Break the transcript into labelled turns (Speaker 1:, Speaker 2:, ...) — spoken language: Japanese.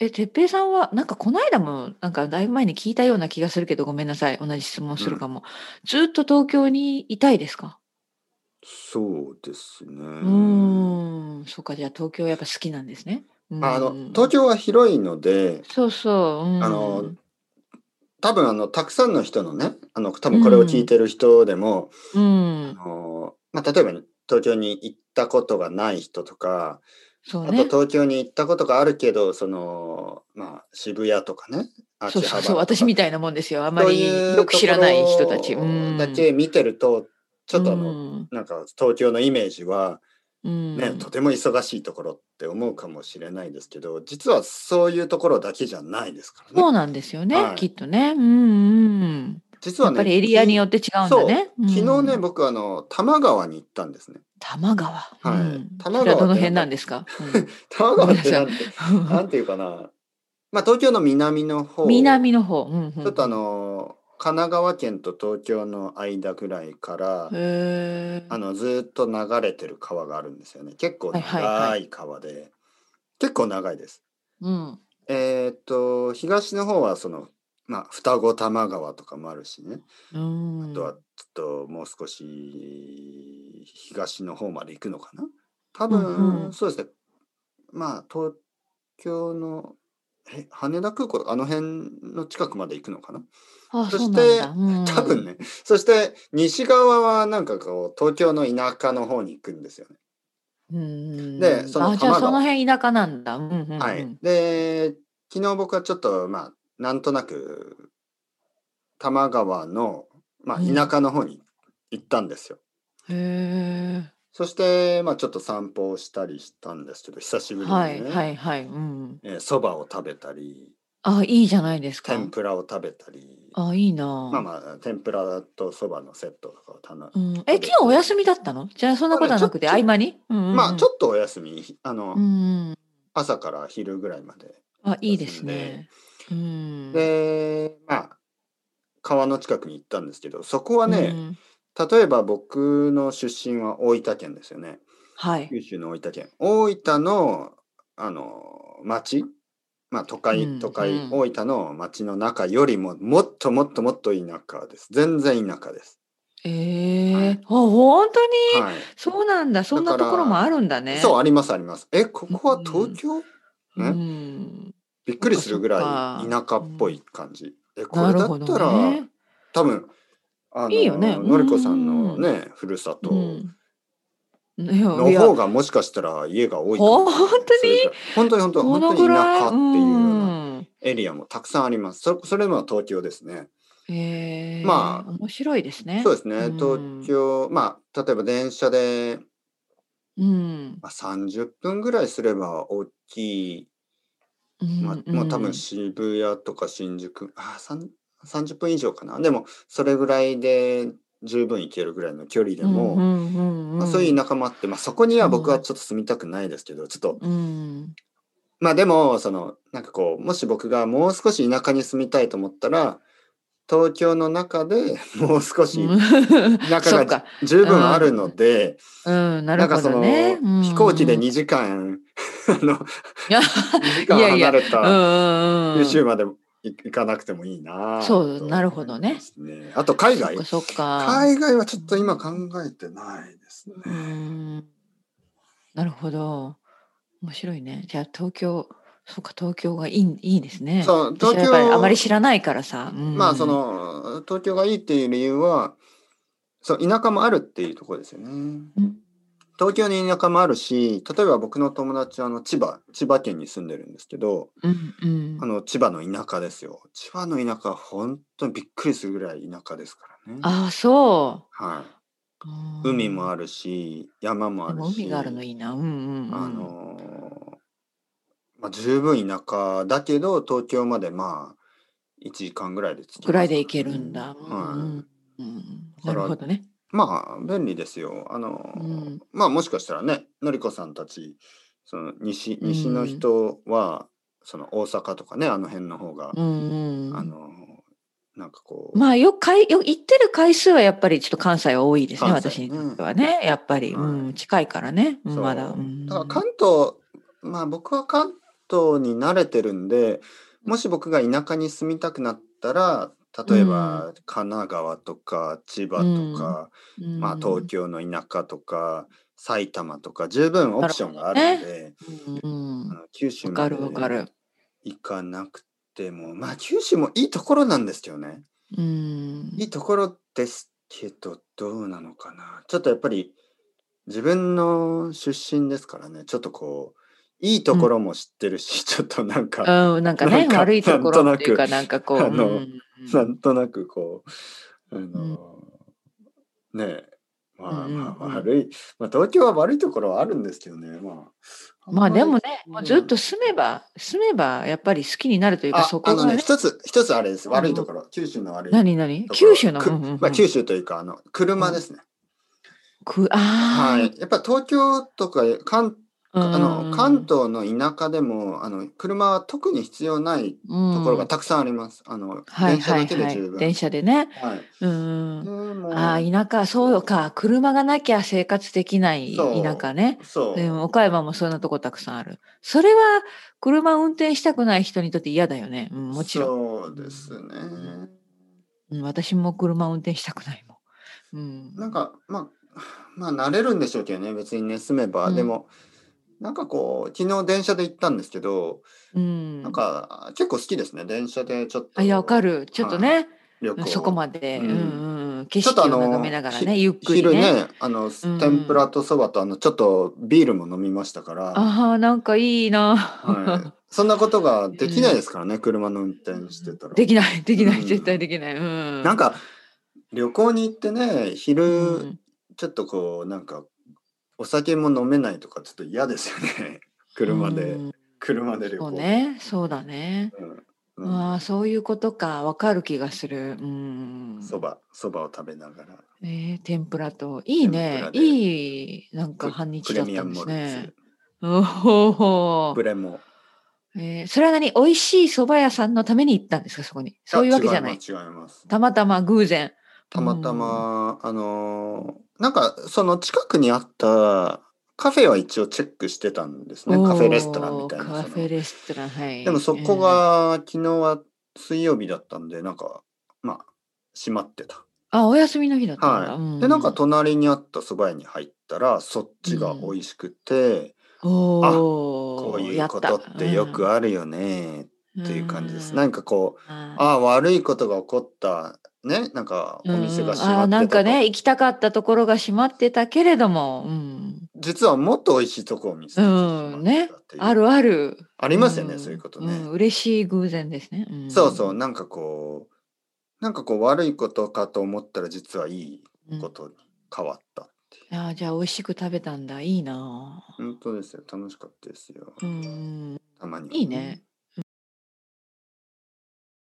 Speaker 1: え、哲平さんは、なんかこの間も、なんかだいぶ前に聞いたような気がするけど、ごめんなさい。同じ質問す
Speaker 2: う
Speaker 1: る
Speaker 2: ん。
Speaker 1: かも。ずっと東京にいたいですか
Speaker 2: そうですね。
Speaker 1: うーん。そうか、じゃあ東京やっぱ好きなんですね。う
Speaker 2: まあ、あの、
Speaker 1: ん。
Speaker 2: 東京は広いので、
Speaker 1: そうそう。う
Speaker 2: あの、
Speaker 1: ん。
Speaker 2: 多分あの、たくさんの人のね、あの、多
Speaker 1: う
Speaker 2: 分これを聞い
Speaker 1: ん。
Speaker 2: てる人でも、
Speaker 1: うん。
Speaker 2: あの、まあ、例えば東京に行ったことがない人とか、
Speaker 1: そう
Speaker 2: あと
Speaker 1: ね。
Speaker 2: 東京に行ったことがあるけど、その、まあ、渋谷とかね、
Speaker 1: そうそ
Speaker 2: 秋葉
Speaker 1: うそう。
Speaker 2: 原と
Speaker 1: 私
Speaker 2: か、
Speaker 1: みたいなもんですよ。あま
Speaker 2: そう
Speaker 1: り
Speaker 2: い
Speaker 1: よ
Speaker 2: う
Speaker 1: く
Speaker 2: と
Speaker 1: 知らない人たち。う
Speaker 2: ころだ
Speaker 1: ん。
Speaker 2: け見てると、ちょ
Speaker 1: う
Speaker 2: っとあの、
Speaker 1: ん。
Speaker 2: なんか東京のイメージは、
Speaker 1: う
Speaker 2: ね、と
Speaker 1: ん。
Speaker 2: ても忙しいところって思うかもしれないですけど、実はそういうところだけじゃないですから
Speaker 1: そ
Speaker 2: ね。
Speaker 1: うなんですよね、
Speaker 2: は
Speaker 1: き
Speaker 2: い。
Speaker 1: っとね。うんうん。
Speaker 2: 実
Speaker 1: や
Speaker 2: は
Speaker 1: っぱ
Speaker 2: ね、
Speaker 1: りエリアに
Speaker 2: き、
Speaker 1: よって違うんだ
Speaker 2: そ
Speaker 1: ね。う
Speaker 2: う、昨日ね、
Speaker 1: ん。
Speaker 2: 僕、あの、多摩川に行ったんですね。
Speaker 1: 多摩川。う
Speaker 2: はい。
Speaker 1: ん。そ
Speaker 2: 多摩
Speaker 1: れは
Speaker 2: 川
Speaker 1: どの
Speaker 2: ってな
Speaker 1: 辺
Speaker 2: ん
Speaker 1: な
Speaker 2: か、
Speaker 1: んですかうん。
Speaker 2: 多摩
Speaker 1: ごめ
Speaker 2: 川
Speaker 1: ん
Speaker 2: っ
Speaker 1: な
Speaker 2: て
Speaker 1: さ。
Speaker 2: な いんて、なんていうかな。まあ、東京の南の方、
Speaker 1: 南の方。うんう
Speaker 2: ちょっとあ
Speaker 1: ん
Speaker 2: の、神奈川県と東京の間ぐらいか
Speaker 1: う
Speaker 2: ら、
Speaker 1: ん。へ
Speaker 2: あ
Speaker 1: え。
Speaker 2: の、ずーっと流れてる川があるんですよね。結構
Speaker 1: はいはいは
Speaker 2: 長
Speaker 1: い。
Speaker 2: い川で、結構長いです。
Speaker 1: うん。
Speaker 2: えーっと、東の方はその、まあ、双子玉川とかもあるしね。
Speaker 1: う
Speaker 2: あとは、
Speaker 1: ん。
Speaker 2: ちょっともう少し東の方まで行くのかな。多
Speaker 1: うんう
Speaker 2: 分、
Speaker 1: ん。
Speaker 2: そうですね。まあ、東京の、え、羽田空港、あの辺の近くまで行くのかな。
Speaker 1: ああ、
Speaker 2: そ
Speaker 1: そう
Speaker 2: し
Speaker 1: なんだ。
Speaker 2: て、
Speaker 1: う
Speaker 2: 多
Speaker 1: ん。
Speaker 2: 分ね、そして西側はなんかこう、東京の田舎の方に行くんですよね。
Speaker 1: う
Speaker 2: で、
Speaker 1: ん。
Speaker 2: その
Speaker 1: あ、
Speaker 2: 多
Speaker 1: じゃあ
Speaker 2: 摩
Speaker 1: その
Speaker 2: 川。
Speaker 1: 辺田舎なんだ。うんうんう
Speaker 2: はい。
Speaker 1: ん。
Speaker 2: で、昨日僕はちょっと、まあ、なんとなく、多摩川の、ま
Speaker 1: う
Speaker 2: あ、田
Speaker 1: ん。
Speaker 2: 舎の方に行ったんですよ。
Speaker 1: へえ。
Speaker 2: そして、まあ、ちょっと散歩をしたりしたんですけど、久しぶり
Speaker 1: は
Speaker 2: に
Speaker 1: いは
Speaker 2: ね、
Speaker 1: いはい。うん。
Speaker 2: えー、そばを食べたり、
Speaker 1: あ、いいじゃないです
Speaker 2: 天
Speaker 1: か。
Speaker 2: ぷらを食べたり、
Speaker 1: あ、いい
Speaker 2: まあ
Speaker 1: なあ。
Speaker 2: まあ、天ぷらとそばのセットとかをたな
Speaker 1: うん、え、昨
Speaker 2: 食べ
Speaker 1: 日お
Speaker 2: て、
Speaker 1: 休みだったのじゃあそんな
Speaker 2: まあ
Speaker 1: こと
Speaker 2: ね、
Speaker 1: は
Speaker 2: ちょ
Speaker 1: な
Speaker 2: っ
Speaker 1: くて、
Speaker 2: と、
Speaker 1: 合間にうんう
Speaker 2: まあ、ち
Speaker 1: ん
Speaker 2: ょっとお休み、ひあ
Speaker 1: う
Speaker 2: の、
Speaker 1: ん。うん
Speaker 2: 朝から昼ぐらいまで
Speaker 1: あ、いいで
Speaker 2: 休ん
Speaker 1: す
Speaker 2: で、
Speaker 1: ね。うん。
Speaker 2: で、まあ、川の近くに行ったんですけど、そこは
Speaker 1: う
Speaker 2: ね、
Speaker 1: ん。
Speaker 2: 例えば僕の出身は大分県ですよね。
Speaker 1: はい。
Speaker 2: 九州の大分県。大分の、あの、町、まあ、都
Speaker 1: う
Speaker 2: 会、都
Speaker 1: ん、う
Speaker 2: 会、
Speaker 1: ん。
Speaker 2: 大分の町の中よりも、もっともっともっと田舎です。全然田舎です。は
Speaker 1: ええ
Speaker 2: い。
Speaker 1: あ、本当に
Speaker 2: はい。
Speaker 1: そうなんだ。そ
Speaker 2: だ
Speaker 1: んな
Speaker 2: か
Speaker 1: ところも
Speaker 2: ら、
Speaker 1: あるんだ
Speaker 2: そう、
Speaker 1: ね。
Speaker 2: あります、あります。え、こ
Speaker 1: う
Speaker 2: こは東
Speaker 1: ん。
Speaker 2: 京
Speaker 1: う
Speaker 2: ね
Speaker 1: ん。
Speaker 2: びっ
Speaker 1: そ
Speaker 2: く
Speaker 1: っ
Speaker 2: り
Speaker 1: か
Speaker 2: する
Speaker 1: そっ
Speaker 2: ぐらい
Speaker 1: か。
Speaker 2: 田舎
Speaker 1: う
Speaker 2: っぽ
Speaker 1: ん、
Speaker 2: い感じ。え、こ
Speaker 1: な
Speaker 2: れ
Speaker 1: る
Speaker 2: だ
Speaker 1: ほ
Speaker 2: っ
Speaker 1: ど
Speaker 2: たら、
Speaker 1: ね。
Speaker 2: 多分、あ
Speaker 1: いいよね。
Speaker 2: の、
Speaker 1: う
Speaker 2: のりこさん
Speaker 1: ん。
Speaker 2: の
Speaker 1: うん。
Speaker 2: ね、ふるさ
Speaker 1: う
Speaker 2: と
Speaker 1: んいや、
Speaker 2: の
Speaker 1: いや、
Speaker 2: 方がもしかしたら家が多いかも
Speaker 1: 本
Speaker 2: しれない。
Speaker 1: 当に
Speaker 2: それぐらい。本当に本当、
Speaker 1: こ
Speaker 2: 本当
Speaker 1: の
Speaker 2: に
Speaker 1: ぐ
Speaker 2: 田
Speaker 1: らい
Speaker 2: 舎
Speaker 1: う。
Speaker 2: っていうようなんエリアもたくさんあります。それ、それも東京ですね。
Speaker 1: ええ
Speaker 2: まあ、
Speaker 1: 面白いです
Speaker 2: そ
Speaker 1: ね。
Speaker 2: うです
Speaker 1: う
Speaker 2: ね。東
Speaker 1: ん。
Speaker 2: 京、まあ、例えば電車で、
Speaker 1: うん。
Speaker 2: まあ、30分ぐらいすれば大きい、
Speaker 1: う
Speaker 2: まあ、
Speaker 1: んう
Speaker 2: もう多分
Speaker 1: ん。
Speaker 2: 渋谷とか新宿、あ、さん30分以上かな。でも、それぐらいで十分行けるぐらいの距離で
Speaker 1: うんう
Speaker 2: も、
Speaker 1: んうん
Speaker 2: まあ、そう
Speaker 1: う。
Speaker 2: いうん仲間って、まあ、そこには僕
Speaker 1: そ
Speaker 2: は
Speaker 1: う。
Speaker 2: ちょっと住みたくないですけど、ちょっと、
Speaker 1: うん。
Speaker 2: まあでも、その、なんかこう、もし僕がもう少し田舎に住みたいと思ったら、東京の中で もう少
Speaker 1: う
Speaker 2: し
Speaker 1: ん
Speaker 2: 田舎
Speaker 1: そっ
Speaker 2: がじ
Speaker 1: か。
Speaker 2: 十
Speaker 1: う
Speaker 2: 分ある
Speaker 1: ん。
Speaker 2: ので、
Speaker 1: うん、な
Speaker 2: な
Speaker 1: る
Speaker 2: んか
Speaker 1: ほ
Speaker 2: そ
Speaker 1: どね。
Speaker 2: の
Speaker 1: う
Speaker 2: 飛行機
Speaker 1: ん
Speaker 2: で
Speaker 1: うん。
Speaker 2: 2時間あの
Speaker 1: いや、い
Speaker 2: 2時間
Speaker 1: やい
Speaker 2: 離
Speaker 1: や、
Speaker 2: れ
Speaker 1: う
Speaker 2: た九
Speaker 1: んうんう
Speaker 2: 州
Speaker 1: ん。
Speaker 2: まで行行かなくてもいいな
Speaker 1: そう、
Speaker 2: と
Speaker 1: なるほ
Speaker 2: 思い
Speaker 1: ど
Speaker 2: ま
Speaker 1: ね。
Speaker 2: すね。あと海
Speaker 1: そっ
Speaker 2: 外
Speaker 1: かそっか。
Speaker 2: 海外はち
Speaker 1: う
Speaker 2: ょっと今考
Speaker 1: ん。
Speaker 2: えてないですね。
Speaker 1: うんなるほど。面白いね。じゃあ東京、そうか、東京がいい、いいですね。
Speaker 2: そう、
Speaker 1: 私
Speaker 2: 東
Speaker 1: はやっぱりあまり知
Speaker 2: 京、
Speaker 1: らないからさ。う
Speaker 2: まあそ
Speaker 1: ん。
Speaker 2: の、東京がいいっていう理由は、そう、田舎もあるっていうところですよ
Speaker 1: う
Speaker 2: ね。
Speaker 1: ん
Speaker 2: 東京に田舎もあるし、例えば僕の友達はあの千葉、千葉県に住んでるんですけど、
Speaker 1: うんう
Speaker 2: あ
Speaker 1: ん。
Speaker 2: の千葉の田舎ですよ。千葉の田舎は本当にびっくりするぐらい田舎ですからね。
Speaker 1: ああ、そ
Speaker 2: はい。
Speaker 1: う。う
Speaker 2: 海もあ
Speaker 1: ん。
Speaker 2: るし、山も
Speaker 1: で
Speaker 2: ある
Speaker 1: も海があるの
Speaker 2: し、
Speaker 1: いいな。うんうん
Speaker 2: あ
Speaker 1: うん。
Speaker 2: のーまあ、十分田舎だけど、東京までまあ、1時間ぐらいで着き
Speaker 1: ぐ
Speaker 2: ま
Speaker 1: らい
Speaker 2: す
Speaker 1: で
Speaker 2: か
Speaker 1: 行け
Speaker 2: ら
Speaker 1: る
Speaker 2: ね。
Speaker 1: んだ。うんう
Speaker 2: は
Speaker 1: んうん。
Speaker 2: い。
Speaker 1: な
Speaker 2: だか
Speaker 1: る
Speaker 2: ら、
Speaker 1: ほどね。
Speaker 2: まあ、便利ですよ。あの
Speaker 1: うん。
Speaker 2: ーまあ、もしかしたらね、のりこさんたち、その西、
Speaker 1: う
Speaker 2: 西の
Speaker 1: ん。
Speaker 2: 人は、その大阪とかね、あの辺の方が、
Speaker 1: うんう
Speaker 2: あ
Speaker 1: ん。
Speaker 2: のーなんかこ
Speaker 1: ま
Speaker 2: う、
Speaker 1: あ、よくかい、よ、行ってる回数はやっぱりちょっと関西は多いですね。
Speaker 2: 関西
Speaker 1: 私にとっ
Speaker 2: ね。
Speaker 1: てはね。やっぱり、う
Speaker 2: はい。
Speaker 1: ん、近いからね。うんまだ。う
Speaker 2: そう。だから関
Speaker 1: ん。
Speaker 2: 東、まあ僕は関東ことに慣れてるんで、もし僕が田舎に住みたくなったら、例えば神奈川とか千葉とか、
Speaker 1: うん
Speaker 2: まあ東京の田舎とか埼玉とか十分オプションがあるので、
Speaker 1: うん
Speaker 2: あ
Speaker 1: うん
Speaker 2: の九州
Speaker 1: わ
Speaker 2: ま
Speaker 1: か
Speaker 2: で
Speaker 1: るわか
Speaker 2: 行
Speaker 1: る。
Speaker 2: かなくても、まあ九州もいいところなんですけどね。
Speaker 1: うん。
Speaker 2: いいところですけど、どうなのかな。ちょっとやっぱり自分の出身ですからね、ちょっとこう、いいところも知ってるし、ちょっとなんか、
Speaker 1: うん、なんかね
Speaker 2: なんか
Speaker 1: 悪いところっていうかなんかこう、
Speaker 2: あの
Speaker 1: うん
Speaker 2: なんとなくこう、あの、ねえ、まあまあ
Speaker 1: うんうんうん
Speaker 2: 悪い、まあ東京は悪いところはあるんですけどね、まあ。
Speaker 1: まあでもね、
Speaker 2: うん
Speaker 1: もうずっと住めば住めばやっぱり好きになるというか
Speaker 2: あ
Speaker 1: そ
Speaker 2: あ
Speaker 1: こ
Speaker 2: の
Speaker 1: が
Speaker 2: ね、
Speaker 1: ね。
Speaker 2: 一つ、一つあれです。
Speaker 1: あの
Speaker 2: 悪いところ。九州の悪いところ。
Speaker 1: 何何九州の、
Speaker 2: く
Speaker 1: うんうんうん
Speaker 2: まあ、九州というか、あの、車ですね。
Speaker 1: くあ
Speaker 2: は
Speaker 1: ー
Speaker 2: い。やっぱ東京とか関あ
Speaker 1: う
Speaker 2: の
Speaker 1: ん
Speaker 2: 関東の田舎でもあの車は特に必要ないところがたくさんあります。あの
Speaker 1: はい
Speaker 2: 電車
Speaker 1: は
Speaker 2: だ
Speaker 1: い
Speaker 2: けで
Speaker 1: は
Speaker 2: 十分。
Speaker 1: い電車でね。
Speaker 2: はい。
Speaker 1: うん
Speaker 2: で。も
Speaker 1: ああ田舎そうか車がなきゃ生活できない
Speaker 2: そう
Speaker 1: 田舎ね。
Speaker 2: そう、
Speaker 1: でも岡山もそんなとこたくさんある。それは車運転したくない人にとって嫌だよね。うん、もちろん。
Speaker 2: そうですね。
Speaker 1: うん、私も車運転したくないもん。うん。
Speaker 2: なんかまあまあ慣れるんでしょうけどね別にね住めば、
Speaker 1: うん
Speaker 2: でもなんかこう昨日電車で行ったんですけど、
Speaker 1: うん、
Speaker 2: なんか結構好きですね電車でちょっと
Speaker 1: あいやわかるちょっとね、
Speaker 2: 旅行
Speaker 1: そこまで、
Speaker 2: う
Speaker 1: うんんうん、景
Speaker 2: ちょっ
Speaker 1: 色
Speaker 2: とあ
Speaker 1: を
Speaker 2: の
Speaker 1: 眺めながらね
Speaker 2: ひ
Speaker 1: ゆっくりね
Speaker 2: 昼ねあの
Speaker 1: ん
Speaker 2: 天ぷらとそばとあのちょっとビールも飲みましたから。
Speaker 1: ああなんかいいな、
Speaker 2: はい、そんなこ とができないですからね、車の運転してたら。
Speaker 1: できないできない、
Speaker 2: うん
Speaker 1: 絶対できない、うん、
Speaker 2: なんか旅行に行ってね昼、
Speaker 1: うん
Speaker 2: ちょっとこうなんかお酒も飲めないとかちょっと嫌ですよね 車で、
Speaker 1: うん
Speaker 2: 車で旅行。
Speaker 1: そうねそうだね、
Speaker 2: う
Speaker 1: あ
Speaker 2: ん
Speaker 1: あそういうことかわかる気がするうん
Speaker 2: そばそばを食べながら
Speaker 1: えー、天ぷらといい
Speaker 2: 天
Speaker 1: ね
Speaker 2: ぷらで
Speaker 1: いいなんか半日
Speaker 2: プ
Speaker 1: だ
Speaker 2: レ
Speaker 1: っ
Speaker 2: ミ
Speaker 1: た
Speaker 2: ア
Speaker 1: んで
Speaker 2: ムモ
Speaker 1: す
Speaker 2: ルツ
Speaker 1: ねおお
Speaker 2: プレモ
Speaker 1: えー、それは何美味しい蕎麦屋さんのために行ったんですかそこにそういうわけじゃない
Speaker 2: あ違います違います
Speaker 1: たまたま偶然
Speaker 2: たまたま、あのーなんかその近くにあったカフェは一応チェックしてたんですね
Speaker 1: おー
Speaker 2: カフェレストランみたいな
Speaker 1: カ
Speaker 2: その
Speaker 1: フェレストランはい
Speaker 2: でもそこ、が昨日は水曜日だったんでなんかまあ閉まってた。
Speaker 1: うんあお休みの日だったんだ、
Speaker 2: はい、でなんか隣にあった蕎麦屋に入ったらそっちが美味しくて、あこ
Speaker 1: こ
Speaker 2: ういうことってよくあるよねっていう感じです。なんかこう
Speaker 1: あ
Speaker 2: ああ悪いことが起こったねなんかお店が閉まってたとか、
Speaker 1: あなんかね行きたかったところが閉まってたけれども、うん、
Speaker 2: 実はもっと美味しいとこを見つけてしまった
Speaker 1: う
Speaker 2: っ
Speaker 1: ん
Speaker 2: て
Speaker 1: ね
Speaker 2: いう
Speaker 1: あるある
Speaker 2: あ
Speaker 1: あ
Speaker 2: りますよね、そういうことね。
Speaker 1: ん、嬉しい偶然ですね、ん
Speaker 2: そうそう、なんかこう、なんかこう悪いことかと思ったら実はいい
Speaker 1: うん
Speaker 2: ことに変わったっていう。
Speaker 1: あーじゃあ美味しく食べたんだいいなあ
Speaker 2: 本当ですよ、楽しかったですよ。
Speaker 1: うん
Speaker 2: たまには、
Speaker 1: いいね